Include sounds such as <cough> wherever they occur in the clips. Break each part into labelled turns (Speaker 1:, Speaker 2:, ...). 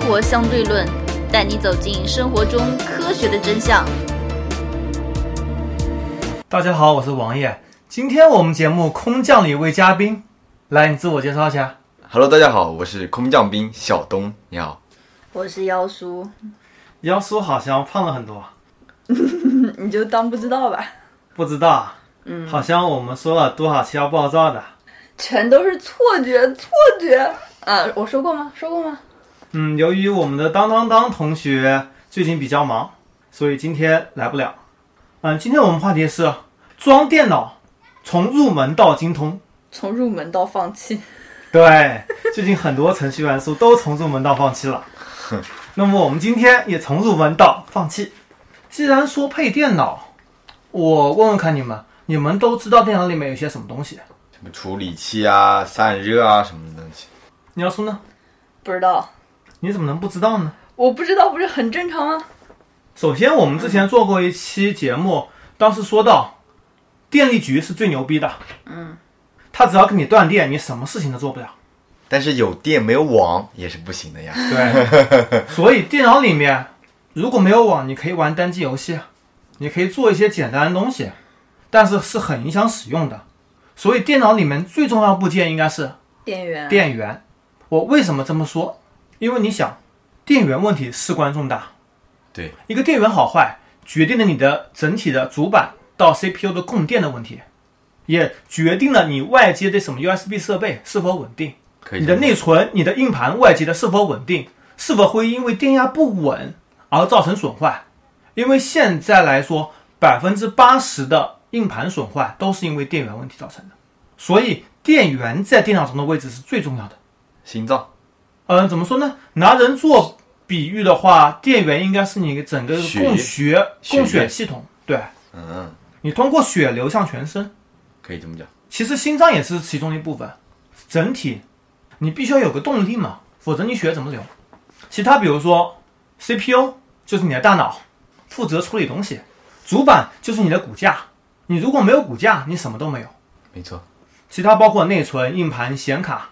Speaker 1: 活相对论》，带你走进生活中科学的真相。
Speaker 2: 大家好，我是王爷。今天我们节目空降了一位嘉宾，来，你自我介绍一下。
Speaker 3: Hello，大家好，我是空降兵小东，你好。
Speaker 1: 我是妖叔，
Speaker 2: 妖叔好像胖了很多，
Speaker 1: 你就当不知道吧，
Speaker 2: 不知道，嗯，好像我们说了多少期要爆照的，
Speaker 1: 全都是错觉，错觉。啊，我说过吗？说过吗？
Speaker 2: 嗯，由于我们的当当当同学最近比较忙，所以今天来不了。嗯，今天我们话题是装电脑，从入门到精通。
Speaker 1: 从入门到放弃，
Speaker 2: 对，最近很多程序员说都从入门到放弃了。那么我们今天也从入门到放弃。既然说配电脑，我问问看你们，你们都知道电脑里面有些什么东西？
Speaker 3: 什么处理器啊、散热啊什么的东西，
Speaker 2: 你要说呢？
Speaker 1: 不知道，
Speaker 2: 你怎么能不知道呢？
Speaker 1: 我不知道不是很正常啊吗？
Speaker 2: 首先，我们之前做过一期节目，当时说到，电力局是最牛逼的。嗯，他只要给你断电，你什么事情都做不了。
Speaker 3: 但是有电没有网也是不行的呀。
Speaker 2: <laughs> 对，所以电脑里面如果没有网，你可以玩单机游戏，你可以做一些简单的东西，但是是很影响使用的。所以电脑里面最重要部件应该是
Speaker 1: 店
Speaker 4: 啊
Speaker 1: 员，
Speaker 2: 电源。我为什么这么说？因为你想，电源问题事关重大。
Speaker 3: 对，
Speaker 2: 一个电源好坏决定了你的整体的主板到 CPU 的供电的问题，也决定了你外接的什么 USB 设备是否稳定。
Speaker 3: 可以
Speaker 2: 你
Speaker 3: 这
Speaker 2: 的
Speaker 3: 么
Speaker 2: 内存、你的硬盘外接的是否稳定，是否会因为电压不稳而造成损坏？因为现在来说，百分之八十的硬盘损坏都是因为电源问题造成的，所以电源在电脑中的位置是最重要的。
Speaker 3: 心脏
Speaker 2: 嗯、怎么说呢？拿人做比喻的话，电源应该是你整个
Speaker 3: 血
Speaker 2: 供血
Speaker 3: 血液
Speaker 2: 供血系统，对
Speaker 3: 嗯，
Speaker 2: 你通过血流向全身。
Speaker 3: 可以这么讲。
Speaker 2: 其实心脏也是其中一部分，整体你必须要有个动力嘛，否则你血怎么流？其他比如说 CPU 就是你的大脑，负责处理东西，主板就是你的骨架，你如果没有骨架，你什么都没有。
Speaker 3: 没错，
Speaker 2: 其他包括内存、硬盘、显卡，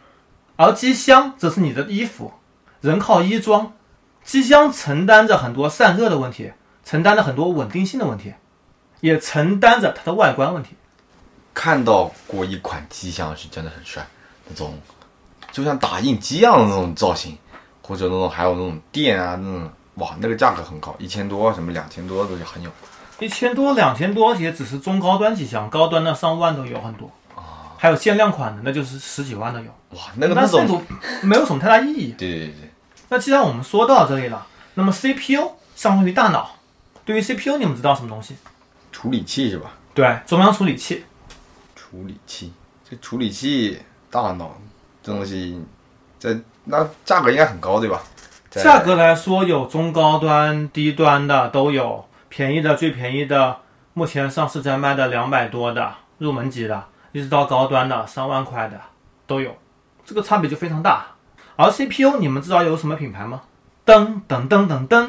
Speaker 2: 而机箱则是你的衣服，人靠衣装，机箱承担着很多散热的问题，承担着很多稳定性的问题，也承担着它的外观问题。
Speaker 3: 看到过一款机箱是真的很帅，那种就像打印机一样的那种造型，或者那种还有那种电啊那种，哇，那个价格很高，一千多什么两千多都很有。
Speaker 2: 一千多、两千多也只是中高端机箱，高端的上万都有很多，还有限量款的，那就是十几万的有。
Speaker 3: 哇，那个
Speaker 2: 但是那
Speaker 3: 种，
Speaker 2: 种没有什么太大意义。
Speaker 3: 对对对对，
Speaker 2: 那既然我们说到这里了，那么 CPU 相当于大脑，对于 CPU 你们知道什么东西？
Speaker 3: 处理器是吧？
Speaker 2: 对，中央处理器。
Speaker 3: 处理器，这处理器大脑这东西，在那价格应该很高对吧？在
Speaker 2: 价格来说，有中高端、低端的都有，便宜的最便宜的，目前上市在卖的两百多的入门级的，一直到高端的三万块的都有，这个差别就非常大。而 CPU 你们知道有什么品牌吗？噔噔噔噔噔，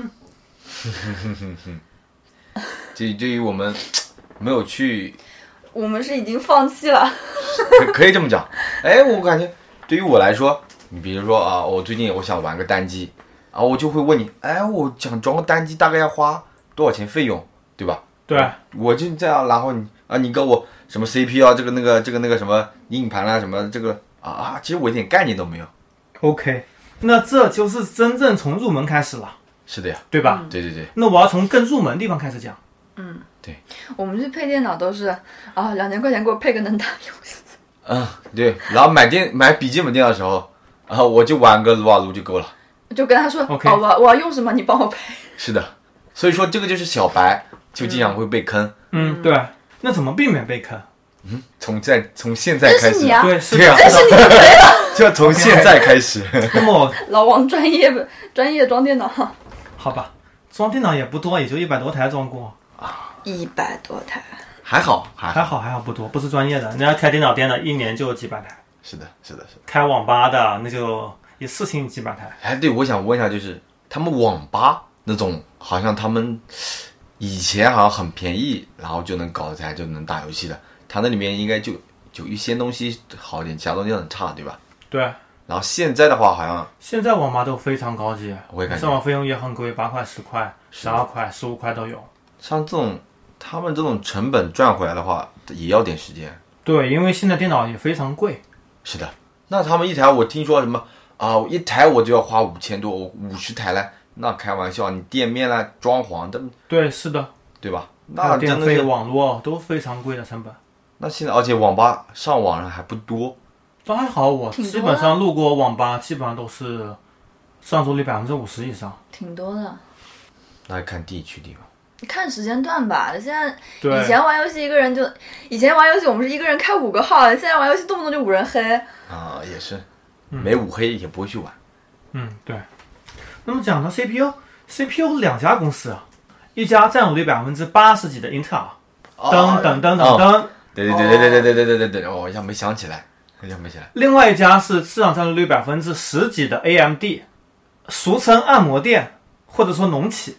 Speaker 3: 对对于我们没有去，
Speaker 4: 我们是已经放弃了，
Speaker 3: 可 <laughs> 可以这么讲。哎，我感觉对于我来说，你比如说啊，我最近我想玩个单机，啊，我就会问你，哎，我想装个单机大概要花多少钱费用，对吧？
Speaker 2: 对，
Speaker 3: 我就这样，然后你啊，你跟我什么 CPU 啊，这个那个这个那个什么硬盘啊，什么这个啊啊，其实我一点概念都没有。
Speaker 2: OK，那这就是真正从入门开始了，
Speaker 3: 是的呀，
Speaker 2: 对吧？
Speaker 3: 对对对，
Speaker 2: 那我要从更入门的地方开始讲。
Speaker 4: 我们去配电脑都是啊，两千块钱给我配个能打游戏，
Speaker 3: 啊，对，然后买电买笔记本电脑的时候，然后我就玩个撸啊撸就够了。
Speaker 4: 就跟他说
Speaker 2: OK
Speaker 4: 哦，我我要用什么，你帮我配。
Speaker 3: 是的，所以说这个就是小白就经常会被坑，
Speaker 2: 嗯，对。那怎么避免被坑？
Speaker 3: 从在从现在开
Speaker 4: 但是
Speaker 3: 始
Speaker 4: 你，啊，
Speaker 2: 对，是
Speaker 3: 对啊
Speaker 2: 的，是的。
Speaker 3: <laughs> 就要从现在开始。
Speaker 2: 那么我
Speaker 4: 老王专业专业装电脑，
Speaker 2: 好吧，装电脑也不多，也就一百多台装过，
Speaker 4: 一百多台，
Speaker 3: 还好，还
Speaker 2: <laughs> 还好还好不多，不是专业的，人家开电脑店的一年就有几百台，
Speaker 3: 是的，是的，是的。
Speaker 2: 开网吧的那就一次性几百台。
Speaker 3: 哎，对，我想问一下，就是他们网吧那种，好像他们以前好像很便宜，然后就能搞起来就能打游戏的，他那里面应该就就一些东西好一点，其他东西很差，对吧？
Speaker 2: 对，
Speaker 3: 然后现在的话，好像
Speaker 2: 现在网吧都非常高级，
Speaker 3: 我也感觉
Speaker 2: 上网费用也很贵，八块、十块、十二块、十五块都有。
Speaker 3: 像这种他们这种成本赚回来的话，也要点时间。
Speaker 2: 对，因为现在电脑也非常贵，
Speaker 3: 是的，那他们一台我听说什么啊，我一台我就要花五千多，我五十台嘞，那开玩笑，你店面啦、装潢，这
Speaker 2: 对，是的，
Speaker 3: 对吧？
Speaker 2: 还
Speaker 3: 那
Speaker 2: 有
Speaker 3: 真
Speaker 2: 电
Speaker 3: 的
Speaker 2: 费、
Speaker 3: 是，
Speaker 2: 网络都非常贵的成本。
Speaker 3: 那现在而且网吧上网人还不多，
Speaker 2: 都还好，我
Speaker 4: 挺多啊
Speaker 2: 基本上路过网吧，基本上都是上桌率百分之五十以上。
Speaker 4: 挺多的。
Speaker 3: 那看地区地方。
Speaker 4: 看时间段吧，现在
Speaker 2: 对，
Speaker 4: 以前玩游戏一个人就，以前玩游戏我们是一个人开五个号，现在玩游戏动不动就五人黑。
Speaker 3: 啊，也是，没五黑也不会去玩。
Speaker 2: 嗯，对。那么讲到 CPU，CPU 两家公司啊，一家占有率百分之八十几的英特尔，
Speaker 3: 哦
Speaker 2: 噔噔噔噔噔，
Speaker 3: 啊对对对对对对对对对对对，我一下没想起来，我一下没起来。
Speaker 2: 另外一家是市场占有率百分之十几的 AMD，俗称按摩店或者说农企。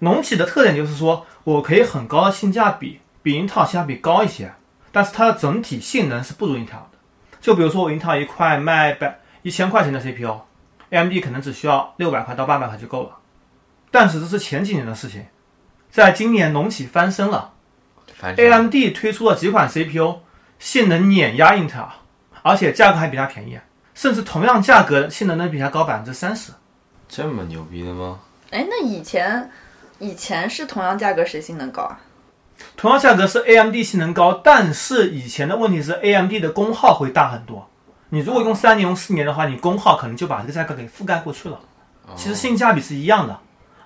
Speaker 2: 农企的特点就是说我可以很高的性价比，比英特尔性价比高一些，但是它的整体性能是不如英特尔的。就比如说我英特尔一块卖百一千块钱的 CPU，AMD 可能只需要六百块到八百块就够了。但是这是前几年的事情，在今年农企翻身了。
Speaker 3: 反正
Speaker 2: AMD 推出了几款 CPU，性能碾压英特尔，而且价格还比它便宜，甚至同样价格性能能比它高百分之三十。
Speaker 3: 这么牛逼的吗？
Speaker 4: 哎，那以前以前是同样价格谁性能高啊？
Speaker 2: 同样价格是 AMD 性能高，但是以前的问题是 AMD 的功耗会大很多。你如果用三年、用四年的话，你功耗可能就把这个价格给覆盖过去了。其实
Speaker 3: 哦
Speaker 2: 性价比是一样的，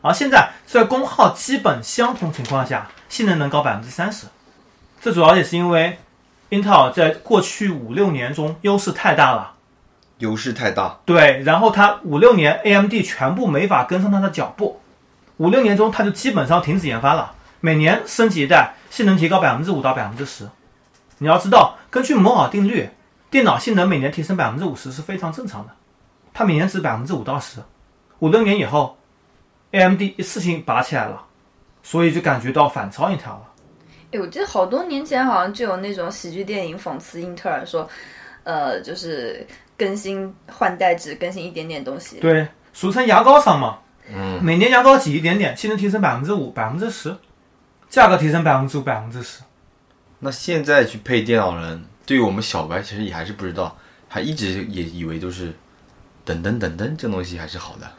Speaker 2: 而现在在功耗基本相同情况下，性能能高百分之三十。这主要也是因为英特尔在过去五六年中优势太大了。
Speaker 3: 优势太大，
Speaker 2: 对，然后它五六年 AMD 全部没法跟上它的脚步，五六年中它就基本上停止研发了，每年升级一代，性能提高百分之五到百分之十。你要知道，根据摩尔定律，电脑性能每年提升百分之五十是非常正常的，它每年只百分之五到十，五六年以后，AMD 一次性拔起来了，所以就感觉到反超英特尔了。
Speaker 4: 哎，我记得好多年前好像就有那种喜剧电影讽刺英特尔说，呃，就是更新换代只更新一点点东西。
Speaker 2: 对，俗称牙膏厂嘛。嗯，每年牙膏挤一点点，性能提升百分之五、百分之十，价格提升百分之五、百分之十。
Speaker 3: 那现在去配电脑人，对于我们小白其实也还是不知道，还一直也以为都是等等等等这东西还是好的。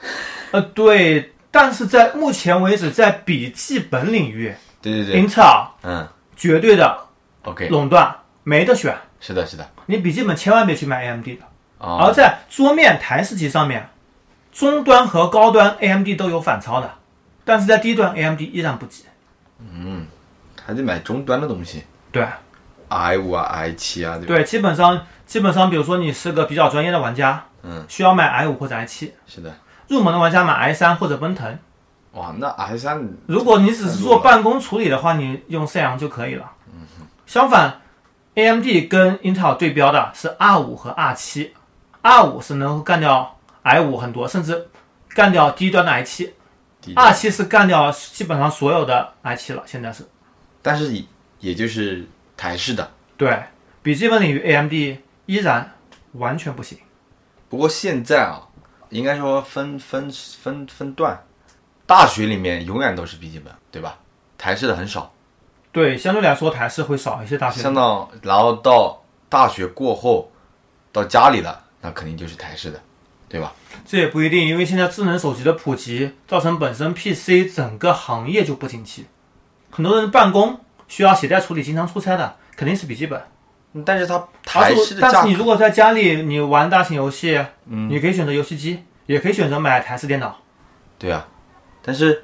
Speaker 2: 呃，对，但是在目前为止，在笔记本领域，
Speaker 3: 对对对，
Speaker 2: 英特尔
Speaker 3: 嗯
Speaker 2: 绝对的
Speaker 3: ，OK，
Speaker 2: 垄断，没得选。
Speaker 3: 是的，是的，
Speaker 2: 你笔记本千万别去买 AMD 的。而
Speaker 3: 啊，
Speaker 2: 在桌面台式机上面，中端和高端 AMD 都有反超的，但是在低端 AMD 依然不及。
Speaker 3: 还得买终端的东西
Speaker 2: 对
Speaker 3: ，i 五啊，i 七啊，对吧？
Speaker 2: 对，基本上基本上，比如说你是个比较专业的玩家，
Speaker 3: 嗯，
Speaker 2: 需要买 i 五或者 i 七。
Speaker 3: 是的，
Speaker 2: 入门的玩家买 i 三或者奔腾。
Speaker 3: 哇，那 i 三
Speaker 2: 如果你只是做办公处理的话，你用赛扬就可以了。相反，AMD 跟英特尔对标的是 R 五和 R 七，R 五是能够干掉 i 五很多，甚至干掉低端的 i 七，R
Speaker 3: 啊
Speaker 2: 七是干掉基本上所有的 i 七了。现在是
Speaker 3: 但是也也就是台式的。
Speaker 2: 对笔记本领域 AMD 依然完全不行。
Speaker 3: 不过现在啊，应该说分分分分段，大学里面永远都是笔记本，对吧？台式的很少，
Speaker 2: 对，相对来说台式会少一些大学
Speaker 3: 相当然后到大学过后，到家里了，那肯定就是台式的，对吧？
Speaker 2: 这也不一定，因为现在智能手机的普及，造成本身 PC 整个行业就不景气。很多人办公需要携带处理、经常出差的，肯定是笔记本。
Speaker 3: 但是它
Speaker 2: 而
Speaker 3: 台
Speaker 2: 嗯是我
Speaker 3: 式的
Speaker 2: 但
Speaker 3: 价
Speaker 2: 是你
Speaker 3: 格嗯
Speaker 2: 如果在家里你玩大型游戏，你可以选择游戏机，也可以选择买台式电脑。
Speaker 3: 对啊，但是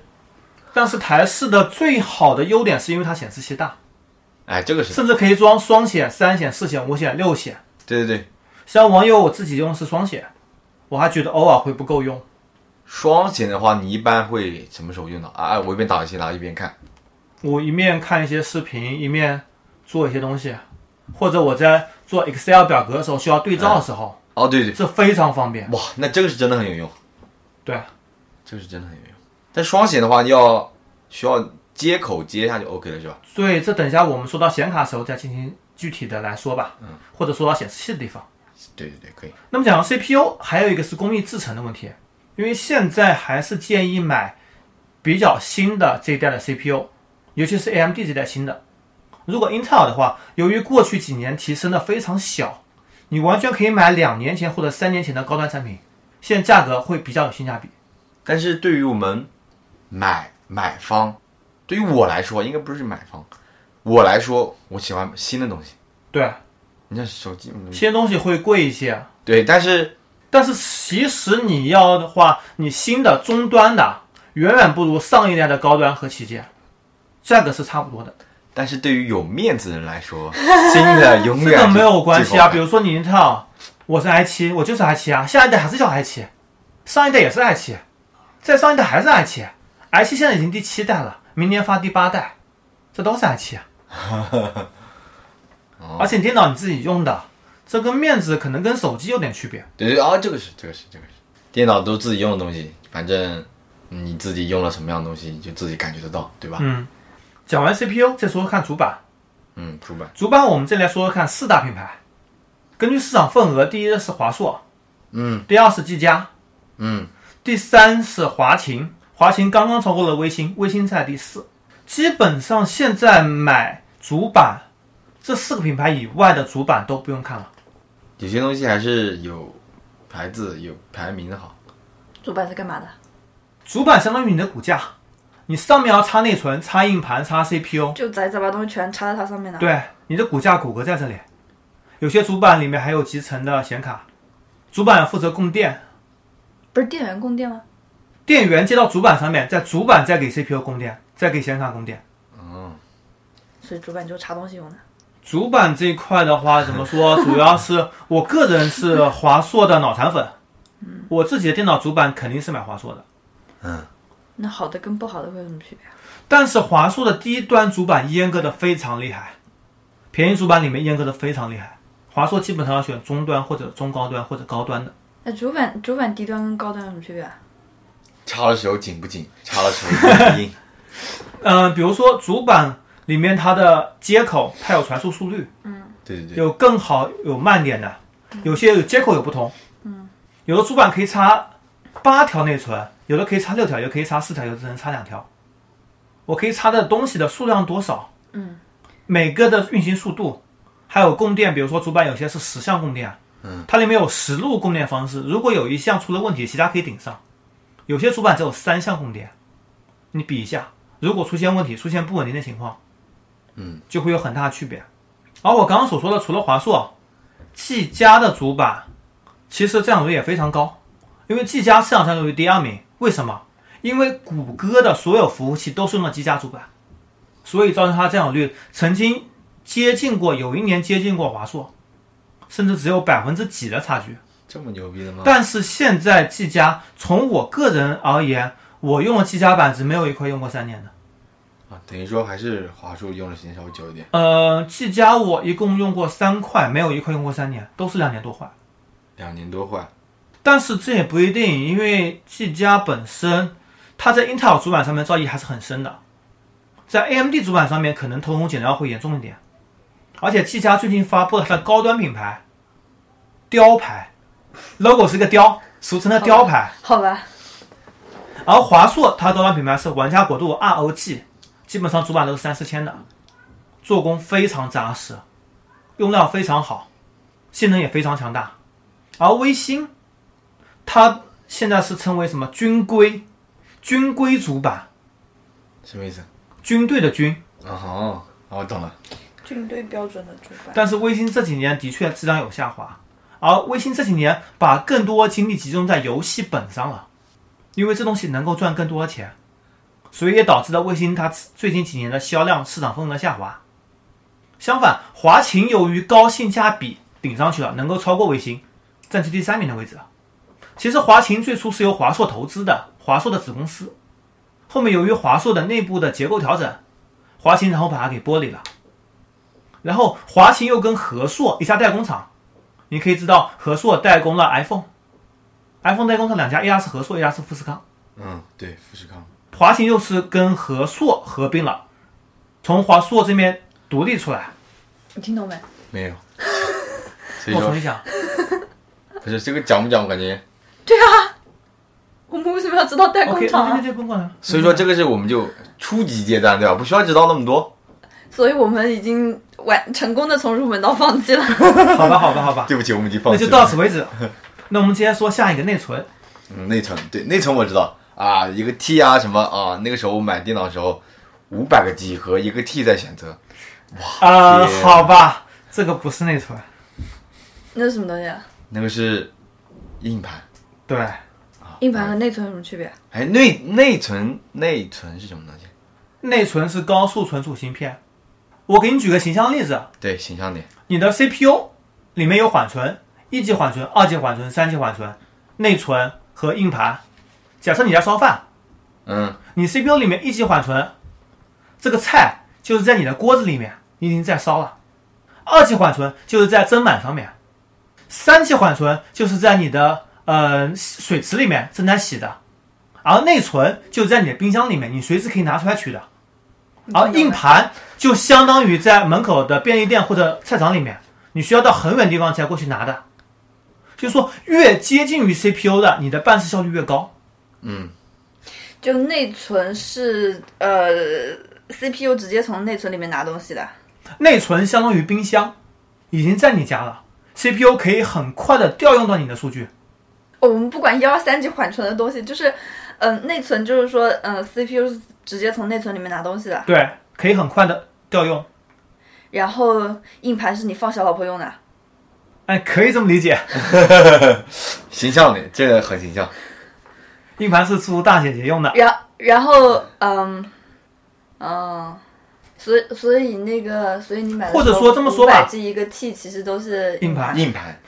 Speaker 2: 但是台式的最好的优点是因为它显示器大，
Speaker 3: 哎，这个是
Speaker 2: 甚至可以装双显、三显、四显、五显、六显。
Speaker 3: 对对对，
Speaker 2: 像网友我自己用的是双显，我还觉得偶尔会不够用。
Speaker 3: 双显的话，你一般会什么时候用到啊？啊我一边打游戏，然后一边看。
Speaker 2: 我一面看一些视频，一面做一些东西，或者我在做 Excel 表格的时候需要对照的时候，
Speaker 3: 哦，对对，
Speaker 2: 这非常方便。
Speaker 3: 哇，那这个是真的很有用。
Speaker 2: 对，啊
Speaker 3: 这个是真的很有用。但双显的话，要需要接口接上就 OK 了，是吧？
Speaker 2: 所以这等一下我们说到显卡的时候再进行具体的来说吧，或者说到显示器的地方。
Speaker 3: 对对对，可以。
Speaker 2: 那么讲到 CPU，还有一个是工艺制成的问题，因为现在还是建议买比较新的这一代的 CPU，尤其是 AMD 这代新的。如果英特尔的话，由于过去几年提升的非常小，你完全可以买两年前或者三年前的高端产品，现在价格会比较有性价比。
Speaker 3: 但是对于我们买买方，对于我来说，应该不是买方，我来说，我喜欢新的东西。
Speaker 2: 对，
Speaker 3: 你像手机，嗯
Speaker 2: 新东西会贵一些，
Speaker 3: 对，但是
Speaker 2: 但是其实你要的话，你新的终端的远远不如上一代的高端和旗舰，价格是差不多的，
Speaker 3: 但是对于有面子的人来说，新的
Speaker 2: <laughs>
Speaker 3: 永远
Speaker 2: 这个没有关系啊。比
Speaker 3: 如
Speaker 2: 如说你英特尔，我是 i 七，我就是 i 七啊，下一代还是叫 i 七，上一代也是 i 七，再上一代还是 i 七，i 七现在已经第七代了，明年发第八代，这都是 i <laughs> 七啊。而且电脑你自己用的，这跟面子可能跟手机有点区别。
Speaker 3: 对对啊，这个是这个是这个是，电脑都自己用的东西，反正你自己用了什么样的东西，你就自己感觉得到，对吧？
Speaker 2: 嗯，讲完 CPU，再说说看主板。
Speaker 3: 嗯，主板，
Speaker 2: 主板我们这来说说看四大品牌，根据市场份额，第一是华硕，
Speaker 3: 嗯
Speaker 2: 第二是技嘉，
Speaker 3: 嗯，
Speaker 2: 第三是华擎，华擎刚刚超过了微星，微星在第四。基本上现在买主板，这四个品牌以外的主板都不用看了。
Speaker 3: 有些东西还是有牌子有排名的好。
Speaker 4: 主板是干嘛的？
Speaker 2: 主板相当于你的骨架，你上面要插内存、插硬盘、插 CPU，
Speaker 4: 就杂七杂八东西全插在它上面了。
Speaker 2: 对，你的骨架骨骼在这里。有些主板里面还有集成的显卡，主板负责供电，
Speaker 4: 不是电源供电吗？
Speaker 2: 电源接到主板上面，在主板再给 CPU 供电，再给显卡供电。
Speaker 3: 嗯，
Speaker 4: 所以主板就是插东西用的。
Speaker 2: 主板这一块的话，怎么说？主要是我个人是华硕的脑残粉，我自己的电脑主板肯定是买华硕的。
Speaker 4: 那好的跟不好的会有什么区别啊？
Speaker 2: 但是华硕的低端主板阉割的非常厉害，便宜主板里面阉割的非常厉害。华硕基本上要选中端或者中高端或者高端的。
Speaker 4: 那主板主板低端跟高端有什么区别啊？
Speaker 3: 插的时候紧不紧？插的时候硬不硬？
Speaker 2: 嗯、比如说主板里面它的接口，它有传输速率，
Speaker 3: <laughs> 对对对，
Speaker 2: 有更好有慢点的，有些有接口有不同。有的主板可以插八条内存，有的可以插六条，有的可以插四条，有的只能插两条。我可以插的东西的数量多少？
Speaker 4: 嗯，
Speaker 2: 每个的运行速度，还有供电，比如说主板有些是十项供电，嗯，它里面有十路供电方式，如果有一项出了问题，其他可以顶上。有些主板只有三项供电，你比一下，如果出现问题，出现不稳定的情况，嗯，就会有很大的区别。而我刚刚所说的，除了华硕，技嘉的主板其实占有率也非常高，因为技嘉市场占有率第二名。为什么？因为谷歌的所有服务器都是用的技嘉主板，所以造成它占有率曾经接近过，有一年接近过华硕，甚至只有百分之几的差距。
Speaker 3: 这么牛逼的吗？
Speaker 2: 但是现在技嘉，从我个人而言，我用了技嘉板子没有一块用过三年的。
Speaker 3: 啊，等于说还是华硕用的时间稍微久一点，
Speaker 2: 呃，技嘉我一共用过三块，没有一块用过三年，都是两年多换。
Speaker 3: 两年多换。
Speaker 2: 但是这也不一定，因为技嘉本身它在英特尔主板上面造诣还是很深的，在 AMD 主板上面可能偷工减料会严重一点。而且技嘉最近发布了它的高端品牌雕牌，logo 是一个雕，俗称的雕牌。
Speaker 4: 好吧，
Speaker 2: 而华硕它的高端品牌是玩家国度 ROG，基本上主板都是三四千的，做工非常扎实，用料非常好，性能也非常强大。而微星，它现在是称为什么军规，军规主板，
Speaker 3: 什么意思？
Speaker 2: 军队的军。
Speaker 3: 啊哈，哦我懂了。
Speaker 4: 军队标准的主板。
Speaker 2: 但是微星这几年的确质量有下滑，而微星这几年把更多精力集中在游戏本上了，因为这东西能够赚更多的钱，所以也导致了微星它最近几年的销量、市场份额下滑。相反，华擎由于高性价比顶上去了，能够超过微星，占据第三名的位置了。其实华擎最初是由华硕投资的，华硕的子公司，后面由于华硕的内部的结构调整，华擎然后把它给剥离了。然后华擎又跟和硕一家代工厂，你可以知道和硕代工了 iPhone，iPhone 代工厂两家，一家是和硕，一家是富士康。
Speaker 3: 嗯，对，富士康。
Speaker 2: 华擎又是跟和硕合并了，从华硕这边独立出来。 <laughs>
Speaker 4: 你听懂没？
Speaker 3: 没有，所以
Speaker 2: 我
Speaker 3: 说
Speaker 2: 重
Speaker 4: <laughs>
Speaker 2: 新想，
Speaker 3: 不是这个讲不讲，我感觉，
Speaker 4: 啊我们为什么要知道代
Speaker 2: OK，
Speaker 4: 工
Speaker 2: 对
Speaker 4: 厂啊
Speaker 2: 对对，甭管了。
Speaker 3: 所以说这个是我们就初级阶段对吧？不需要知道那么多，
Speaker 4: 所以我们已经完成功的从入门到放 <laughs> 弃了。
Speaker 2: 好吧，好吧，
Speaker 3: <laughs>
Speaker 2: 好吧，
Speaker 3: 对不起，我们已经放
Speaker 2: 那
Speaker 3: 弃
Speaker 2: 就
Speaker 3: 了。
Speaker 2: 到此为止。那我们接着说下一个内存，
Speaker 3: 嗯，内存对内存我知道啊，一个 T 啊什么啊，那个时候我买电脑的时候，五百个 G 和一个 T 在选择，
Speaker 2: 呃，
Speaker 3: 天
Speaker 2: 好吧，这个不是内存，
Speaker 4: 那是什么东西啊？
Speaker 3: 那个是硬盘。
Speaker 2: 对，
Speaker 4: 硬盘和内存有什么区别？
Speaker 3: 哎，内内存内存是什么东西？
Speaker 2: 内存是高速存储芯片。我给你举个形象例子，
Speaker 3: 对，形象点。
Speaker 2: 你的 CPU 里面有缓存，一级缓存、二级缓存、三级缓存、内存和硬盘。假设你在烧饭，
Speaker 3: 嗯，
Speaker 2: 你 CPU 里面一级缓存，这个菜就是在你的锅子里面已经在烧了；二级缓存就是在砧板上面；三级缓存就是在你的呃水池里面正在洗的，而内存就在你的冰箱里面，你随时可以拿出来取的。
Speaker 4: 啊
Speaker 2: 而硬盘就相当于在门口的便利店或者菜场里面，你需要到很远地方才过去拿的。就是说，越接近于 CPU 的，你的办事效率越高。
Speaker 3: 嗯
Speaker 4: 就内存是呃 CPU 直接从内存里面拿东西的，
Speaker 2: 内存相当于冰箱，已经在你家了。CPU 可以很快的调用到你的数据，
Speaker 4: 哦我们不管幺二三级缓存的东西，就是，嗯、内存就是说，嗯、c p u 是直接从内存里面拿东西的，
Speaker 2: 对，可以很快的调用。
Speaker 4: 然后硬盘是你放小老婆用的。
Speaker 2: 哎，可以这么理解，
Speaker 3: 形象点，这个很形象。
Speaker 2: 硬盘是祝大姐姐用的。
Speaker 4: 然然后，嗯，嗯、所以所以那个，所以你买的
Speaker 2: 或者说这么说吧
Speaker 4: 500 G 一个 T 其实都是
Speaker 2: 硬盘
Speaker 3: 硬盘，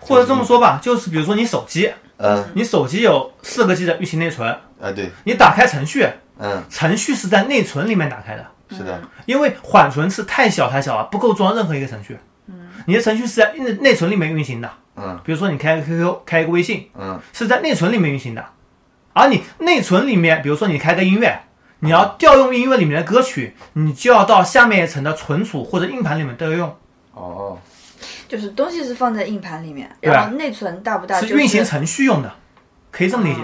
Speaker 2: 或者这么说吧，就是比如说你手机，
Speaker 3: 嗯，
Speaker 2: 你手机有四个 G 的预期内存，
Speaker 3: 啊对，
Speaker 2: 你打开程序，
Speaker 3: 嗯，
Speaker 2: 程序是在内存里面打开的，
Speaker 3: 是的，
Speaker 2: 因为缓存是太小太小了，啊不够装任何一个程序。啊你的程序是在内内存里面运行的，
Speaker 3: 嗯
Speaker 2: 比如说你开个 QQ，开一个微信，
Speaker 3: 嗯，
Speaker 2: 是在内存里面运行的。而你内存里面，比如说你开个音乐，你要调用音乐里面的歌曲，你就要到下面一层的存储或者硬盘里面调用，
Speaker 3: 哦，
Speaker 4: 就是东西是放在硬盘里面，
Speaker 2: 对啊
Speaker 4: 然后内存大不大、
Speaker 2: 是
Speaker 4: 就是
Speaker 2: 运行程序用的，可以这么理解。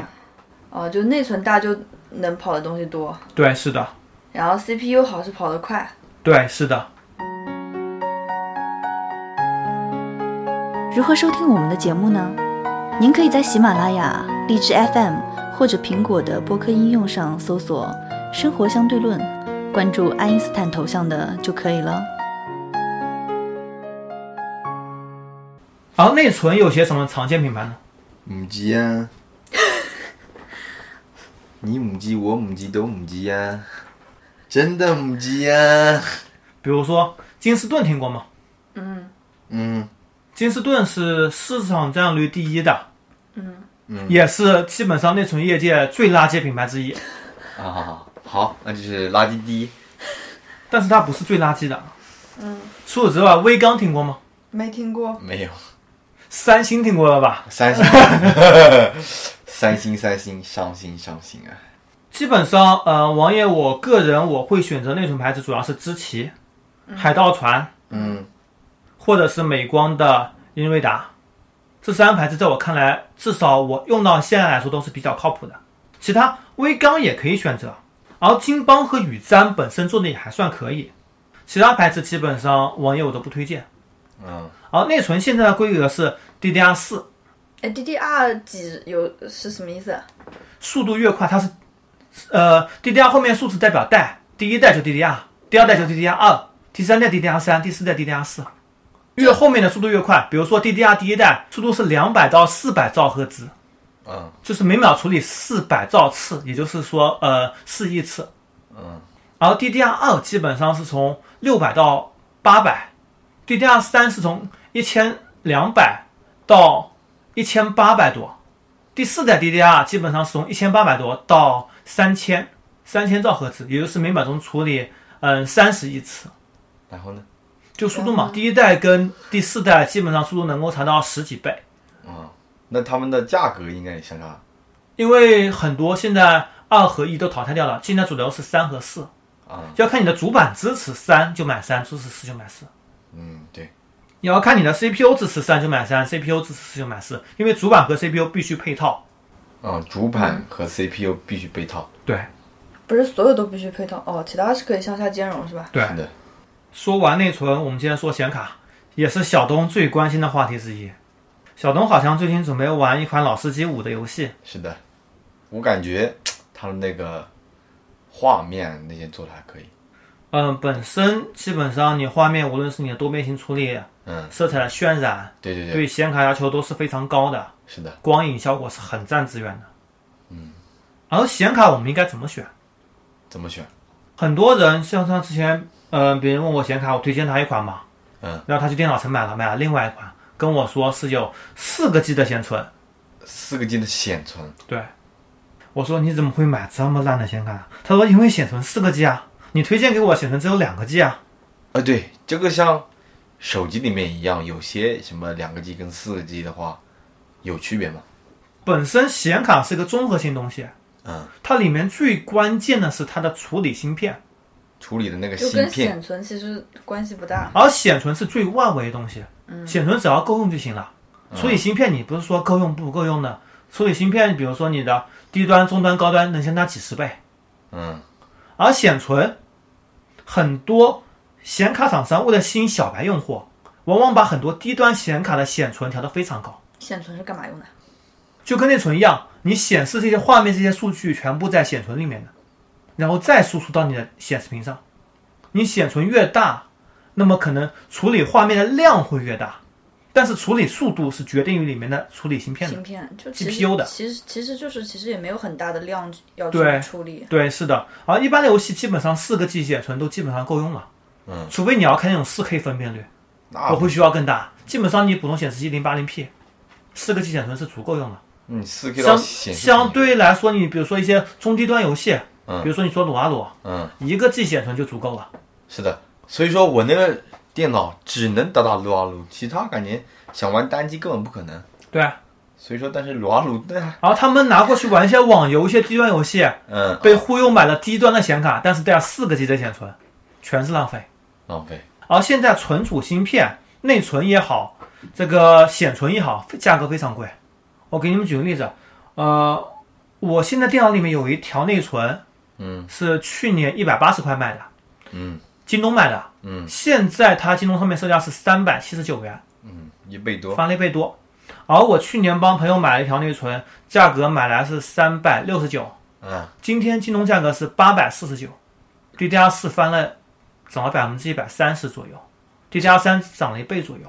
Speaker 4: 哦、就内存大就能跑的东西多，
Speaker 2: 对，是的，
Speaker 4: 然后 CPU 好是跑得快。
Speaker 2: 对，是的。
Speaker 5: 如何收听我们的节目呢？您可以在喜马拉雅、荔枝 FM 或者苹果的播客应用上搜索“生活相对论”，关注爱因斯坦头像的就可以了。
Speaker 2: 而内存有些什么常见品牌呢？
Speaker 3: 母鸡呀， <laughs> 你母鸡我母鸡都母鸡呀，真的母鸡呀，
Speaker 2: 比如说金士顿听过吗？
Speaker 3: 嗯，
Speaker 2: 金士顿是市场占有率第一的，嗯，也是基本上内存业界最垃圾品牌之一，
Speaker 3: 啊，好，那就是垃圾第一，
Speaker 2: 但是它不是最垃圾的，嗯。除此之外，微刚听过吗？
Speaker 4: 没听过，
Speaker 3: 没有
Speaker 2: 三星听过了吧？
Speaker 3: 三星， <laughs> 三星三星伤心伤心啊，
Speaker 2: 基本上，呃，王爷，我个人我会选择内存牌子，主要是知奇、海盗船，
Speaker 3: 嗯，
Speaker 2: 或者是美光的英瑞达，这三个牌子在我看来，至少我用到现在来说都是比较靠谱的。其他微刚也可以选择，而金邦和宇瞻本身做的也还算可以，其他牌子基本上王爷我都不推荐。
Speaker 3: 嗯，
Speaker 2: 而内存现在的规格是 DDR 四，
Speaker 4: 哎，DDR 几有是什么意思啊？
Speaker 2: 速度越快，它是呃 DDR 后面数字代表代，第一代就 DDR，第二代就 DDR 二，第三代 DDR 三，第四代 DDR 四，越后面的速度越快。比如说 DDR 第一代速度是两百到四百兆赫兹，
Speaker 3: 嗯
Speaker 2: 就是每秒处理四百兆次，也就是说呃四亿次。
Speaker 3: 嗯，
Speaker 2: 然后 DDR 二基本上是从六百到八百，DDR 三是从一千两百到一千八百多，第四代 DDR 基本上是从一千八百多到三千三千兆赫兹，也就是每秒钟处理嗯三十亿次，
Speaker 3: 然后呢？
Speaker 2: 就速度嘛。第一代跟第四代基本上速度能够达到十几倍，
Speaker 3: 嗯，那他们的价格应该也相差
Speaker 2: 因为很多现在二和一都淘汰掉了，现在主流是三和四，
Speaker 3: 啊，
Speaker 2: 要看你的主板支持三就买三，支持四就买四。
Speaker 3: 嗯，对，
Speaker 2: 你要看你的 CPU 支持三九买三，CPU 支持四九买四，因为主板和 CPU 必须配套。
Speaker 3: 嗯，主板和 CPU 必须被套。
Speaker 2: 对，
Speaker 4: 不是所有都必须配套哦，其他是可以向下兼容是吧？
Speaker 2: 对
Speaker 3: 是的，
Speaker 2: 说完内存，我们接着说显卡，也是小东最关心的话题之一。小东好像最近准备玩一款《老司机五》的游戏，
Speaker 3: 是的。我感觉它的那个画面那些做的还可以。
Speaker 2: 嗯，本身基本上你画面无论是你的多边形处理、
Speaker 3: 嗯，
Speaker 2: 色彩的渲染，
Speaker 3: 对对对，
Speaker 2: 对显卡要求都是非常高的，
Speaker 3: 是的。
Speaker 2: 光影效果是很占资源的。嗯，而显卡我们应该怎么选？
Speaker 3: 怎么选？
Speaker 2: 很多人像像之前，嗯、别人问我显卡，我推荐他一款嘛，
Speaker 3: 嗯，
Speaker 2: 然后他去电脑城买了，买了另外一款，跟我说是有四个 G 的显存，
Speaker 3: 四个 G 的显存，
Speaker 2: 对，我说你怎么会买这么烂的显卡？啊他说因为显存四个 G 啊，你推荐给我显存只有两个 G 啊，
Speaker 3: 啊，对，这个像手机里面一样，有些什么两个 G 跟四个 G 的话，有区别吗？
Speaker 2: 本身显卡是个综合性东西，
Speaker 3: 嗯，
Speaker 2: 它里面最关键的是它的处理芯片，
Speaker 3: 处理的那个
Speaker 4: 就
Speaker 3: 芯
Speaker 4: 跟
Speaker 3: 片
Speaker 4: 显存其实关系不大。
Speaker 2: 而显存是最外围的东西，显存只要够用就行了。处理芯片你不是说够用不够用呢？处理芯片，比如说你的低端、中端、高端能相差几十倍，
Speaker 3: 嗯，
Speaker 2: 而显存，很多显卡厂商为了吸引小白用户，往往把很多低端显卡的显存调得非常高，
Speaker 4: 显存是干嘛用的？
Speaker 2: 就跟内存一样，你显示这些画面、这些数据全部在显存里面的，然后再输出到你的显示屏上。你显存越大，那么可能处理画面的量会越大，但是处理速度是决定于里面的处理芯片的
Speaker 4: 芯。片就其
Speaker 2: GPU
Speaker 4: 实
Speaker 2: 的
Speaker 4: 其实其实就是其实也没有很大的量要
Speaker 2: 对
Speaker 4: 去处理。
Speaker 2: 对，是的。而一般的游戏基本上四个 G 显存都基本上够用了，
Speaker 3: 嗯，
Speaker 2: 除非你要看那种四 K 分辨率，
Speaker 3: 那
Speaker 2: 我会需要更大。基本上你普通显示器零八零 P，四个 G 显存是足够用了。
Speaker 3: 嗯，四 K 到
Speaker 2: 相
Speaker 3: 显示
Speaker 2: 相
Speaker 3: 屏
Speaker 2: 对来说，你比如说一些中低端游戏，
Speaker 3: 嗯
Speaker 2: 比如说你说撸啊撸，
Speaker 3: 嗯，
Speaker 2: 一个 G 显存就足够了。
Speaker 3: 是的，所以说我那个电脑只能打打撸啊撸，其他感觉想玩单机根本不可能。
Speaker 2: 对啊，
Speaker 3: 所以说，但是撸啊撸那还
Speaker 2: 然后他们拿过去玩一些网游、一些低端游戏，
Speaker 3: 嗯
Speaker 2: 被忽悠买了低端的显卡，但是带了四个 G 的显存，全是浪费。
Speaker 3: 浪费，
Speaker 2: 而现在存储芯片、内存也好，这个显存也好，价格非常贵。我给你们举个例子，呃，我现在电脑里面有一条内存，
Speaker 3: 嗯，
Speaker 2: 是去年一百八十块卖的，
Speaker 3: 嗯，
Speaker 2: 京东买的，
Speaker 3: 嗯，
Speaker 2: 现在它京东上面售价是三百七十九元，
Speaker 3: 嗯，一倍多，
Speaker 2: 翻了一倍多。而我去年帮朋友买了一条内存，价格买来是三百六十九，
Speaker 3: 嗯，
Speaker 2: 今天京东价格是八百四十九，DDR 四翻了，涨了百分之一百三十左右，DDR 三涨了一倍左右。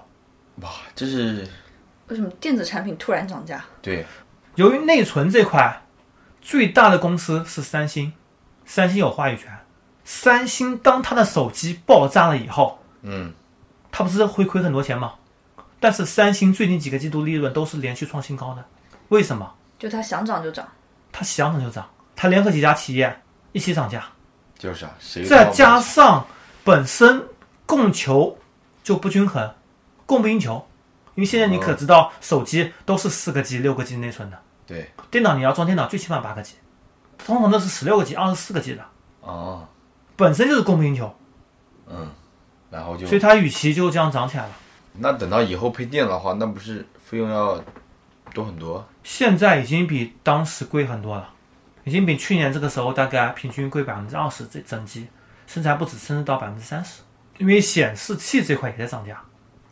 Speaker 3: 哇，这是
Speaker 4: 为什么电子产品突然涨价？
Speaker 3: 对，
Speaker 2: 由于内存这块，最大的公司是三星，三星有话语权。三星当它的手机爆炸了以后，
Speaker 3: 嗯，
Speaker 2: 它不是会亏很多钱吗？但是三星最近几个季度利润都是连续创新高的，为什么？
Speaker 4: 就它想涨就涨，
Speaker 2: 它想涨就涨，它联合几家企业一起涨价，
Speaker 3: 就是啊，谁
Speaker 2: 再
Speaker 3: 到
Speaker 2: 加
Speaker 3: 不了
Speaker 2: 上本身供求就不均衡，供不应求。因为现在你
Speaker 3: 哦
Speaker 2: 可知道，手机都是四个 G、六个 G 内存的，
Speaker 3: 对，
Speaker 2: 电脑你要装电脑最起码八个 G，通常都是十六个 G、二十四个 G 的，
Speaker 3: 哦，
Speaker 2: 本身就是供不应求，
Speaker 3: 嗯，然后就
Speaker 2: 所以它与其就这样涨起来了。
Speaker 3: 那等到以后配电脑的话，那不是费用要多很多？
Speaker 2: 现在已经比当时贵很多了，已经比去年这个时候大概平均贵百分之二十这整机，甚至还不止，甚至到百分之三十。因为显示器这块也在涨价。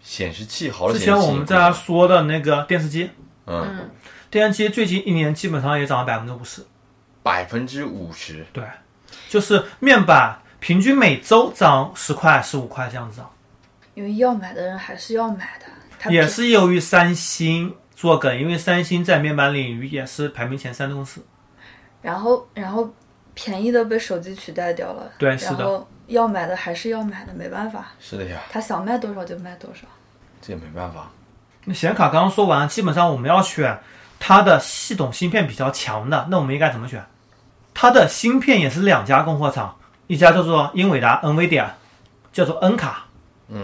Speaker 3: 显示器好的
Speaker 2: 之
Speaker 3: 显示器
Speaker 2: 前我们在说的那个电视机，
Speaker 3: 嗯
Speaker 2: 电视机最近一年基本上也涨了百分之五十，
Speaker 3: 百分之五十，
Speaker 2: 对，就是面板平均每周涨十块、十五块这样子涨，啊
Speaker 4: 因为要买的人还是要买的。它
Speaker 2: 也是由于三星做梗，因为三星在面板领域也是排名前三的公司。
Speaker 4: 然后然后便宜的被手机取代掉了，
Speaker 2: 对是
Speaker 4: 然
Speaker 2: 的
Speaker 4: 后要买的还是要买的，没办法，
Speaker 3: 是的呀，
Speaker 4: 他想卖多少就卖多少。
Speaker 3: 这也没办法。
Speaker 2: 那显卡刚刚说完，基本上我们要选它的系统芯片比较强的，那我们应该怎么选？它的芯片也是两家供货厂，一家叫做英伟达 NVIDIA，叫做 N 卡，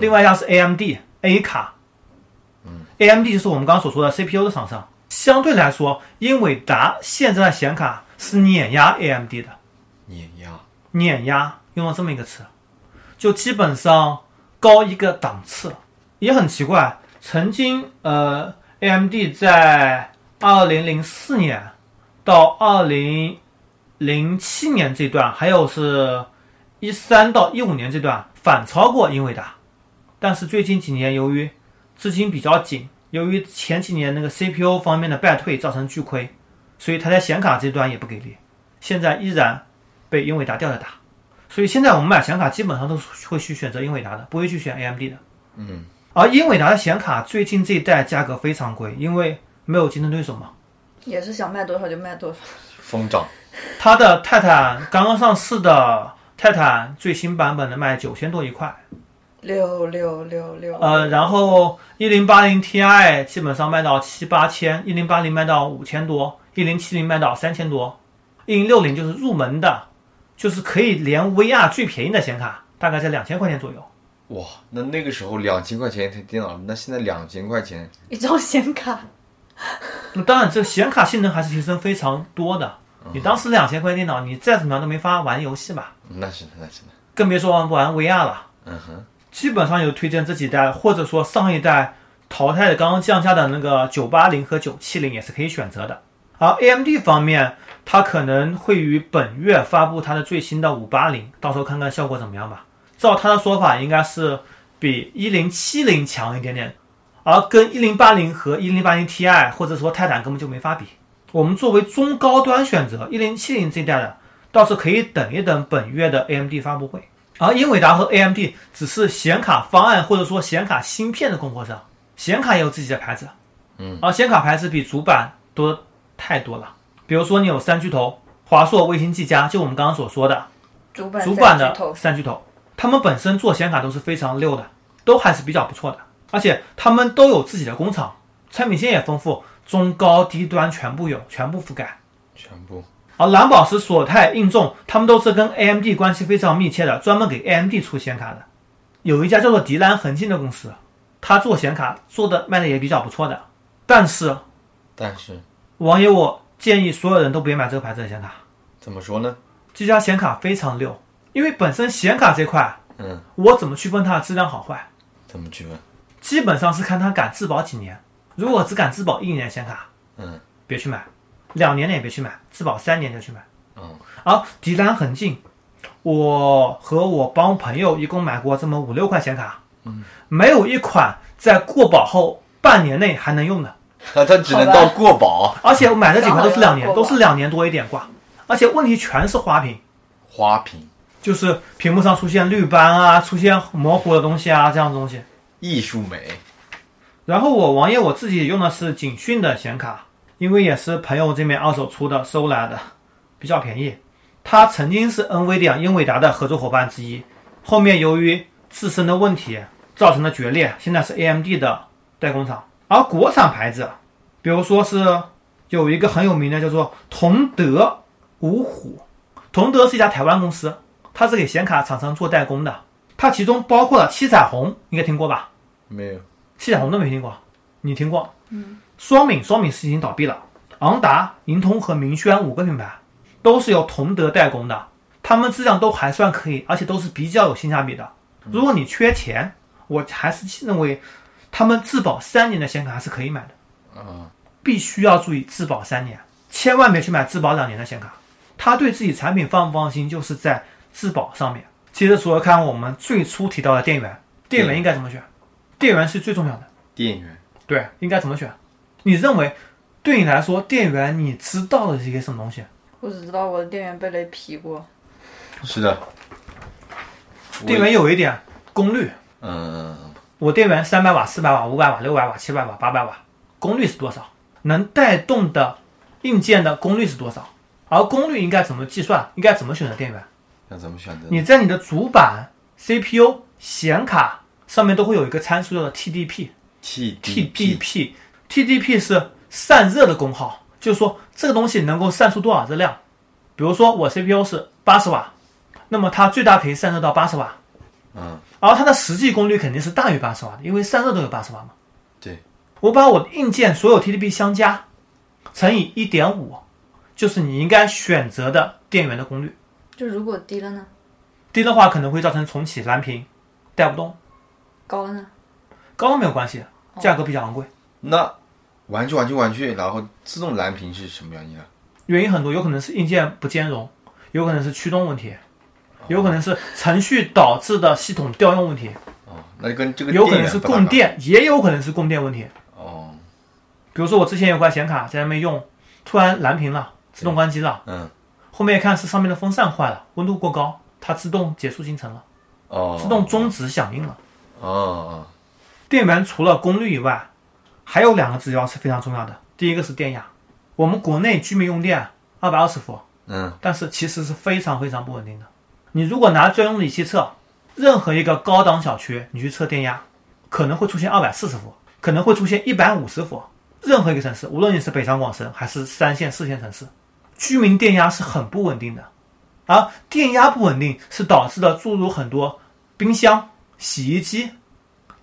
Speaker 2: 另外一家是 AMD A 卡。AMD 就是我们刚刚所说的 CPU 的厂商。相对来说，英伟达现在的显卡是碾压 AMD 的，
Speaker 3: 碾压，
Speaker 2: 碾压用了这么一个词，就基本上高一个档次。也很奇怪，曾经呃，AMD 在二零零四年到二零零七年这段，还有是一三到一五年这段反超过英伟达，但是最近几年由于资金比较紧，由于前几年那个 CPU 方面的败退造成巨亏，所以它在显卡这端也不给力，现在依然被英伟达吊着打。所以现在我们买显卡基本上都是会去选择英伟达的，不会去选 AMD 的。
Speaker 3: 嗯，
Speaker 2: 而英伟达的显卡最近这一代价格非常贵，因为没有竞争对手嘛。
Speaker 4: 也是想卖多少就卖多少。
Speaker 3: 疯涨，
Speaker 2: 它的泰坦刚刚上市的泰坦最新版本能卖九千多一块，
Speaker 4: 六六六六，
Speaker 2: 呃，然后一零八零 Ti 基本上卖到七八千，一零八零卖到五千多，一零七零卖到三千多，一零六零就是入门的，就是可以连 VR 最便宜的显卡，大概在两千块钱左右。
Speaker 3: 哇，那那个时候两千块钱一台电脑，那现在两千块钱，
Speaker 4: 一张显卡，
Speaker 2: 那当然，这个显卡性能还是提升非常多的。你当时两千块电脑，你再怎么样都没法玩游戏吧，
Speaker 3: 那是的，那是的，
Speaker 2: 更别说玩不玩 VR 了。
Speaker 3: 嗯哼，
Speaker 2: 基本上有推荐这几代，或者说上一代淘汰的刚刚降价的那个九八零和九七零也是可以选择的。而 AMD 方面，它可能会于本月发布它的最新的五八零，到时候看看效果怎么样吧。照它的说法，应该是比一零七零强一点点，而跟一零八零和一零八零 Ti 或者说泰坦根本就没法比。我们作为中高端选择，一零七零这一代的倒是可以等一等本月的 AMD 发布会。而英伟达和 AMD 只是显卡方案或者说显卡芯片的供货商，显卡也有自己的牌子，
Speaker 3: 嗯，
Speaker 2: 而显卡牌子比主板多太多了。比如说你有三巨头，华硕、卫星、技嘉，就我们刚刚所说的
Speaker 4: 主板
Speaker 2: 主板的
Speaker 4: 三巨头
Speaker 2: 三巨头，他们本身做显卡都是非常溜的，都还是比较不错的，而且他们都有自己的工厂，产品线也丰富，中高低端全部有，全部覆盖。
Speaker 3: 全部
Speaker 2: 而蓝宝石、索泰、映众，他们都是跟 AMD 关系非常密切的，专门给 AMD 出显卡的。有一家叫做迪兰恒信的公司，它做显卡做的卖的也比较不错的。但是
Speaker 3: 但是
Speaker 2: 网友，我建议所有人都别买这个牌子的显卡，
Speaker 3: 怎么说呢？
Speaker 2: 这家显卡非常溜，因为本身显卡这块，
Speaker 3: 嗯，
Speaker 2: 我怎么区分它的质量好坏，
Speaker 3: 怎么去问？
Speaker 2: 基本上是看它敢质保几年。如果只敢质保一年的显卡，
Speaker 3: 嗯，
Speaker 2: 别去买，两年的也别去买，质保三年就去买。
Speaker 3: 嗯，
Speaker 2: 而迪兰很近，我和我帮朋友一共买过这么五六款显卡，嗯，没有一款在过保后半年内还能用的，
Speaker 3: <laughs> 那它只能到过保啊
Speaker 2: 而且我买的几款都是两
Speaker 4: 刚
Speaker 2: 年，
Speaker 4: 好要过
Speaker 2: 都
Speaker 4: 保
Speaker 2: 是两年多一点挂，而且问题全是花屏，
Speaker 3: 花屏，
Speaker 2: 就是屏幕上出现绿斑啊，出现模糊的东西啊，这样的东西。
Speaker 3: 艺术美，
Speaker 2: 然后我网页我自己用的是景讯的显卡，因为也是朋友这边二手出的收来的，比较便宜。它曾经是 NVIDIA 啊英伟达的合作伙伴之一，后面由于自身的问题造成的决裂，现在是 AMD 的代工厂。而国产牌子，比如说是有一个很有名的叫做同德五虎，同德是一家台湾公司，它是给显卡厂商做代工的，它其中包括了七彩虹，应该听过吧？
Speaker 3: 没有，
Speaker 2: 七彩虹都没听过，你听过？嗯，双敏，双敏是已经倒闭了。昂达、银通和明轩五个品牌都是由同德代工的，他们质量都还算可以，而且都是比较有性价比的。如果你缺钱，我还是认为他们质保三年的显卡还是可以买的。
Speaker 3: 啊，
Speaker 2: 必须要注意质保三年，千万别去买质保两年的显卡。他对自己产品放不放心，就是在质保上面。接着说看我们最初提到的电源，电源应该怎么选？电源是最重要的。
Speaker 3: 电源，
Speaker 2: 对，应该怎么选？你认为对你来说，电源你知道的是一个什么东西？
Speaker 4: 我只知道我的电源被雷劈过，
Speaker 3: 是的，
Speaker 2: 电源有一点功率，
Speaker 3: 嗯，
Speaker 2: 我电源三百瓦、四百瓦、五百瓦、六百瓦、七百瓦、八百瓦，功率是多少？能带动的硬件的功率是多少？而功率应该怎么计算？应该怎么选择电源？
Speaker 3: 要怎么选择？
Speaker 2: 你在你的主板、CPU、显卡上面都会有一个参数叫做 TDP。
Speaker 3: 嗯 T
Speaker 2: TDP。TDP 是散热的功耗，就是说这个东西能够散出多少热量。比如说我 CPU 是八十瓦，那么它最大可以散热到八十瓦，
Speaker 3: 嗯，
Speaker 2: 而它的实际功率肯定是大于八十瓦的，因为散热都有八十瓦嘛。
Speaker 3: 对，
Speaker 2: 我把我的硬件所有 TDP 相加，乘以一点五，就是你应该选择的电源的功率。
Speaker 4: 就如果低了呢，
Speaker 2: 低的话可能会造成重启蓝屏，带不动；
Speaker 4: 高呢？
Speaker 2: 高都没有关系，价格比较昂贵。
Speaker 3: 那玩去玩去玩去，然后自动蓝屏是什么原因啊呢？
Speaker 2: 原因很多，有可能是硬件不兼容，有可能是驱动问题，有可能是程序导致的系统调用问题，
Speaker 3: 哦，那就跟这个
Speaker 2: 有可能
Speaker 3: 源
Speaker 2: 是
Speaker 3: 不搭
Speaker 2: 供
Speaker 3: 嘎
Speaker 2: 电，也有可能是供电问题。
Speaker 3: 哦，
Speaker 2: 比如说我之前有块显卡在那边用，突然蓝屏了，自动关机了，
Speaker 3: 嗯，
Speaker 2: 后面一看是上面的风扇坏了，温度过高，它自动结束进程了，
Speaker 3: 哦，
Speaker 2: 自动终止响应了。
Speaker 3: 哦哦，
Speaker 2: 电源除了功率以外，还有两个指标是非常重要的。第一个是电压，我们国内居民用电二百二十伏，
Speaker 3: 嗯
Speaker 2: 但是其实是非常非常不稳定的。你如果拿专用的仪器测，任何一个高档小区，你去测电压，可能会出现二百四十伏，可能会出现一百五十伏。任何一个城市，无论你是北上广深还是三线、四线城市，居民电压是很不稳定的。而电压不稳定是导致了诸如很多冰箱、洗衣机、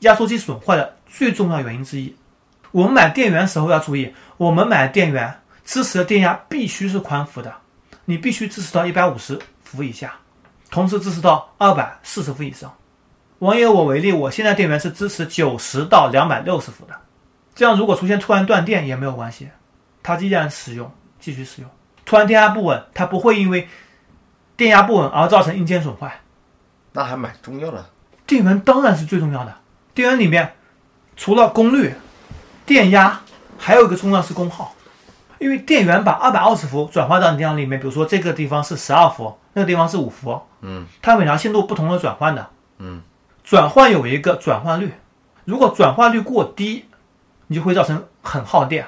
Speaker 2: 压缩机损坏的最重要原因之一。我们买电源时候要注意，我们买电源支持的电压必须是宽幅的，你必须支持到一百五十伏以下，同时支持到二百四十伏以上。网友我为例，我现在电源是支持九十到两百六十伏的，这样如果出现突然断电也没有关系，它依然使用，继续使用。突然电压不稳，它不会因为电压不稳而造成硬件损坏。
Speaker 3: 那还蛮重要的。
Speaker 2: 电源当然是最重要的。电源里面除了功率、电压，还有一个重要是功耗，因为电源把二百二十伏转化到你电脑里面，比如说这个地方是十二伏，那个地方是五伏，
Speaker 3: 嗯，
Speaker 2: 它每条线路不同的转换的，
Speaker 3: 嗯，
Speaker 2: 转换有一个转换率，如果转换率过低，你就会造成很耗电。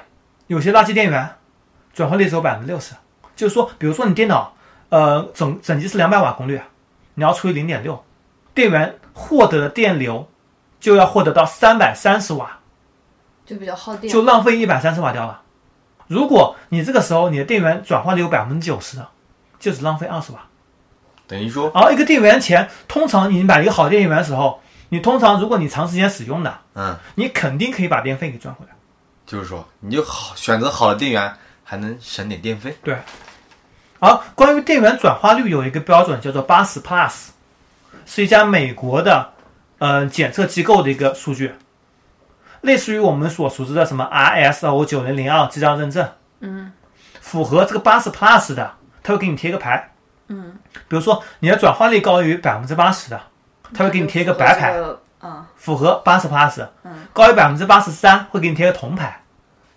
Speaker 2: 有些垃圾电源转换率只有百分之六十，就是说，比如说你电脑，呃，整整机是两百瓦功率，你要除以零点六，电源获得的电流就要获得到三百三十瓦，
Speaker 4: 就比较耗电。
Speaker 2: 就浪费一百三十瓦掉了。如果你这个时候你的电源转化率有百分之九十的，就只浪费二十瓦。
Speaker 3: 等于说，
Speaker 2: 而一个电源钱，通常你买一个好电源的时候，你通常如果你长时间使用的，
Speaker 3: 嗯，
Speaker 2: 你肯定可以把电费给赚回来。
Speaker 3: 就是说，你就好选择好的电源，还能省点电费。
Speaker 2: 对。而关于电源转化率有一个标准叫做八十 plus，是一家美国的呃检测机构的一个数据，类似于我们所熟知的什么 ISO 九零零二质量认证。嗯。符合这个八十 plus 的，它会给你贴一个牌。嗯。比如说你的转化率高于百分之八十的，它会给你贴一个白牌。
Speaker 4: 呃。啊，
Speaker 2: 符合八十 plus，高于百分之八十三会给你贴个铜牌，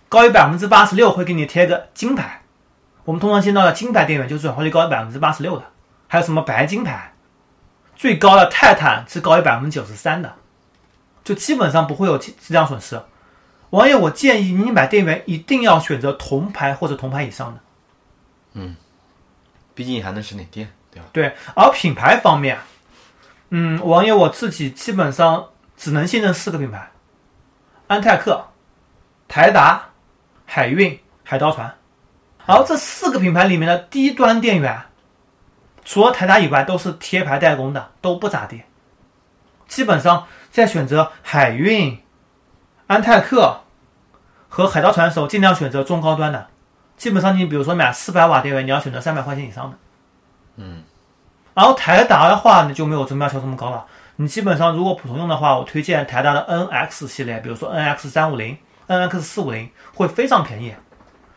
Speaker 2: 高于百分之八十六会给你贴个金牌。我们通常见到的金牌电源就是转化率高于百分之八十六的，还有什么白金牌，最高的泰坦是高于百分之九十三的，就基本上不会有质质量损失。网友，我建议你买电源一定要选择铜牌或者铜牌以上的。
Speaker 3: 毕竟还能省点电，对吧？
Speaker 2: 对，而品牌方面，嗯，网友我自己基本上只能信任四个品牌：安泰克、台达、海运、海盗船。而这四个品牌里面的低端电源，除了台达以外，都是贴牌代工的，都不咋地。基本上在选择海运、安泰克和海盗船的时候，尽量选择中高端的。基本上，你比如说买四百瓦电源，你要选择三百块钱以上的。然后台达的话呢就没有中标求这么高了。你基本上如果普通用的话，我推荐台达的 NX 系列，比如说 NX 三五零、NX 四五零会非常便宜，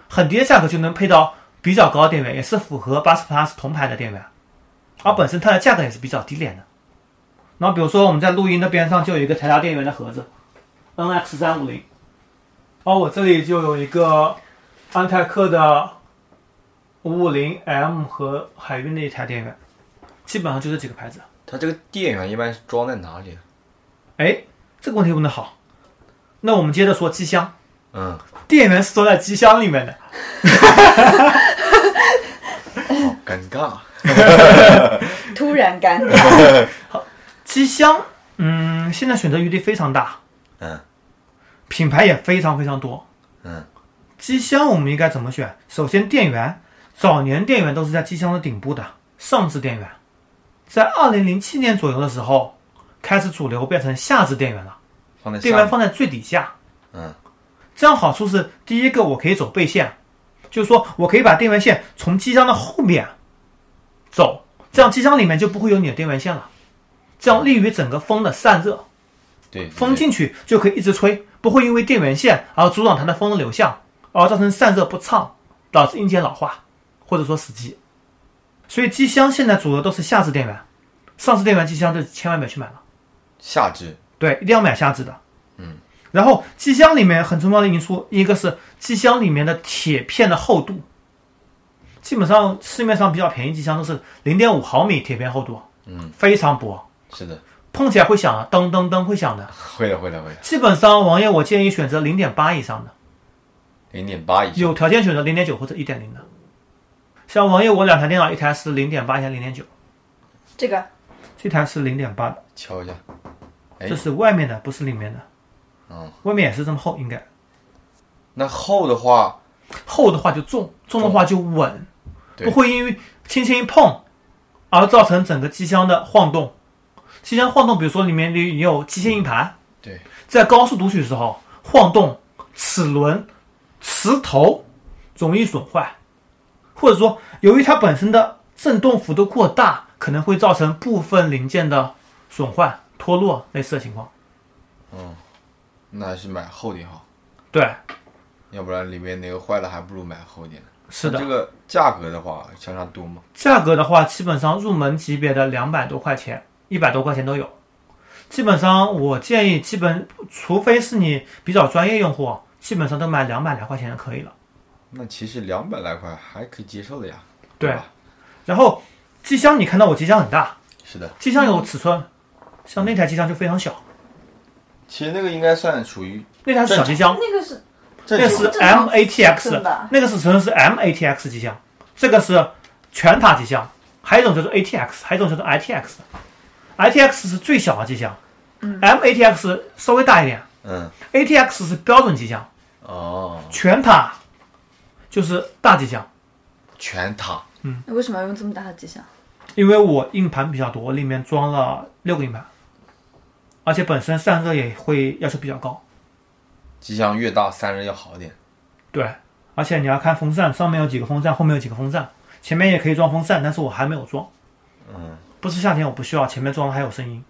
Speaker 2: 很低的价格就能配到比较高的电源，也是符合八十 plus 铜牌的电源，而本身它的价格也是比较低廉的。然后比如说我们在录音的边上就有一个台达电源的盒子，NX 三五零，而我这里就有一个安泰克的五五零 M 和海运的一台电源。基本上就这几个牌子。
Speaker 3: 它这个电源一般是装在哪里？啊
Speaker 2: 哎，这个问题问得好。那我们接着说机箱，
Speaker 3: 嗯，
Speaker 2: 电源是装在机箱里面的。
Speaker 3: 好尴尬。
Speaker 4: 突然尴
Speaker 2: <laughs>
Speaker 4: 尬。
Speaker 2: 机箱，嗯，现在选择余地非常大，
Speaker 3: 嗯
Speaker 2: 品牌也非常非常多。
Speaker 3: 嗯，
Speaker 2: 机箱我们应该怎么选？首先，电源，早年电源都是在机箱的顶部的上置电源，在二零零七年左右的时候，开始主流变成下置电源了，
Speaker 3: 放在
Speaker 2: 电
Speaker 3: 下
Speaker 2: 源
Speaker 3: 面。
Speaker 2: 放在最底下。
Speaker 3: 嗯
Speaker 2: 这样好处是，第一个我可以走背线，就是说我可以把电源线从机箱的后面走，这样机箱里面就不会有你的电源线了，这样利于整个风的散热。
Speaker 3: 对，
Speaker 2: 风进去就可以一直吹，不会因为电源线而阻挡它的风的流向，而造成散热不畅，导致硬件老化，或者说死机。所以机箱现在主流都是下置电源，上置电源机箱就千万别去买了，
Speaker 3: 下肢
Speaker 2: 对，一定要买下置的。嗯，然后机箱里面很重要的因素，一个是机箱里面的铁片的厚度，基本上市面上比较便宜机箱都是零点五毫米铁片厚度，嗯，非常薄，
Speaker 3: 是的， <laughs>
Speaker 2: 碰起来会响啊，噔噔噔会响的。
Speaker 3: 会的，会的，会的，
Speaker 2: 基本上，王爷我建议选择零点八以上的，
Speaker 3: 零点八以上，
Speaker 2: 有条件选择零点九或者一点零的。像王爷我两台电脑，一台是零点八，一台零点九，
Speaker 4: 这个
Speaker 2: 这台是零点八的，
Speaker 3: 敲一下，哎
Speaker 2: 这是外面的，不是里面的。
Speaker 3: 嗯，
Speaker 2: 外面也是这么厚，应该
Speaker 3: 那厚的话，
Speaker 2: 厚的话就重，重的话就稳，
Speaker 3: 对
Speaker 2: 不会因为轻轻一碰而造成整个机箱的晃动。机箱晃动，比如说里面里有机械硬盘，
Speaker 3: 对，
Speaker 2: 在高速读取的时候晃动齿轮、磁头容易损坏，或者说由于它本身的振动幅度过大，可能会造成部分零件的损坏、脱落类似的情况。
Speaker 3: 那还是买厚点好，
Speaker 2: 对，
Speaker 3: 要不然里面哪个坏了，还不如买厚点的。
Speaker 2: 是
Speaker 3: 这
Speaker 2: 的，
Speaker 3: 个价格的话，相差多吗？
Speaker 2: 价格的话，基本上入门级别的两百多块钱、一百多块钱都有。基本上我建议，基本除非是你比较专业用户，基本上都买两百来块钱就可以了。
Speaker 3: 那其实两百来块还可以接受的呀。
Speaker 2: 对
Speaker 3: 吧？
Speaker 2: 然后机箱，你看到我机箱很大，
Speaker 3: 是的，
Speaker 2: 机箱有尺寸，像那台机箱就非常小，
Speaker 3: 其实那个应该算属于
Speaker 2: 那台是小机箱，
Speaker 1: 那个是
Speaker 3: 正
Speaker 2: 那
Speaker 3: 常
Speaker 2: 是
Speaker 1: 正常
Speaker 2: M A T
Speaker 1: 尺
Speaker 2: X，
Speaker 1: 寸吧
Speaker 2: 那个尺寸是 M A T X 机箱，这个是全塔机箱，还有一种叫做 A T X，还有一种叫做 I T X，I T X 是最小的机箱，M
Speaker 1: 嗯
Speaker 2: A T X 稍微大一点
Speaker 3: 嗯
Speaker 2: ，A T X 是标准机箱，
Speaker 3: 哦，
Speaker 2: 全塔就是大机箱，
Speaker 3: 全塔
Speaker 4: 为什么要用这么大的机箱？
Speaker 2: 因为我硬盘比较多，我里面装了六个硬盘，而且本身散热也会要求比较高。
Speaker 3: 机箱越大，散热要好点。
Speaker 2: 对，而且你要看风扇，上面有几个风扇，后面有几个风扇，前面也可以装风扇，但是我还没有装。
Speaker 3: 嗯，
Speaker 2: 不是夏天我不需要，前面装了还有声音。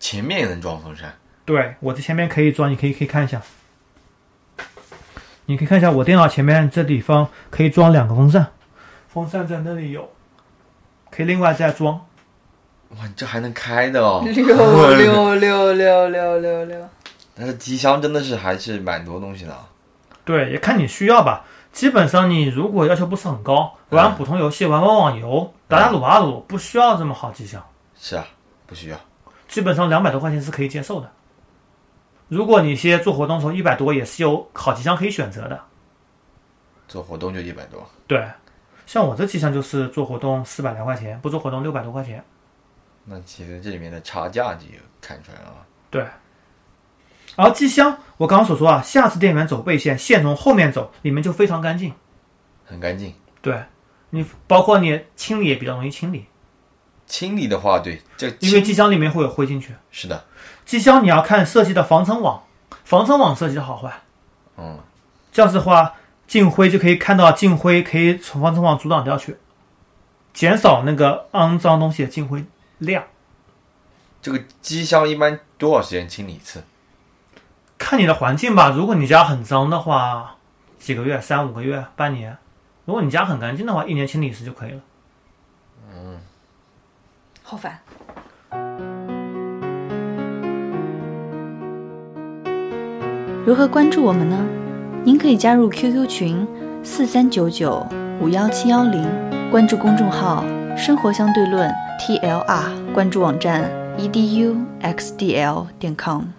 Speaker 3: 前面也能装风扇，
Speaker 2: 对，我这前面可以装，你可以可以看一下，你可以看一下我电脑前面这地方可以装两个风扇，风扇在那里有，可以另外再装。
Speaker 3: 哇，你这还能开的哦！
Speaker 4: 六
Speaker 3: <laughs>
Speaker 4: 六六六六六六，
Speaker 3: 但是机箱真的是还是蛮多东西的啊。
Speaker 2: 对，也看你需要吧。基本上你如果要求不是很高，玩普通游戏、玩玩网游、打打撸啊撸，不需要这么好机箱。
Speaker 3: 是啊，不需要。
Speaker 2: 基本上两百多块钱是可以接受的。如果你些做活动的时候一百多也是有好机箱可以选择的。
Speaker 3: 做活动就一百多，
Speaker 2: 对，像我这机箱就是做活动四百来块钱，不做活动六百多块钱。
Speaker 3: 那其实这里面的差价就看出来了啊。
Speaker 2: 对。而机箱，我刚刚所说啊，下次电源走背线，线从后面走，里面就非常干净。
Speaker 3: 很干净，
Speaker 2: 对，你包括你清理也比较容易清理，
Speaker 3: 清理的话，对，这
Speaker 2: 因为
Speaker 3: 清
Speaker 2: 机箱里面会有灰进去。
Speaker 3: 是的，
Speaker 2: 机箱你要看设计的防尘网，防尘网设计的好坏。
Speaker 3: 嗯，
Speaker 2: 这样子的话，进灰就可以看到进灰可以从防尘网阻挡掉去，减少那个肮脏东西的进灰量。
Speaker 3: 这个机箱一般多少时间清理一次？
Speaker 2: 看你的环境吧，如果你家很脏的话，几个月、三五个月、半年；如果你家很干净的话，一年清理一次就可以了。
Speaker 4: 好烦。
Speaker 5: 如何关注我们呢？您可以加入 QQ 群四三九九五幺七幺零，关注公众号“生活 E 相对论 ”TLR，关注网站 eduxdl 点 com。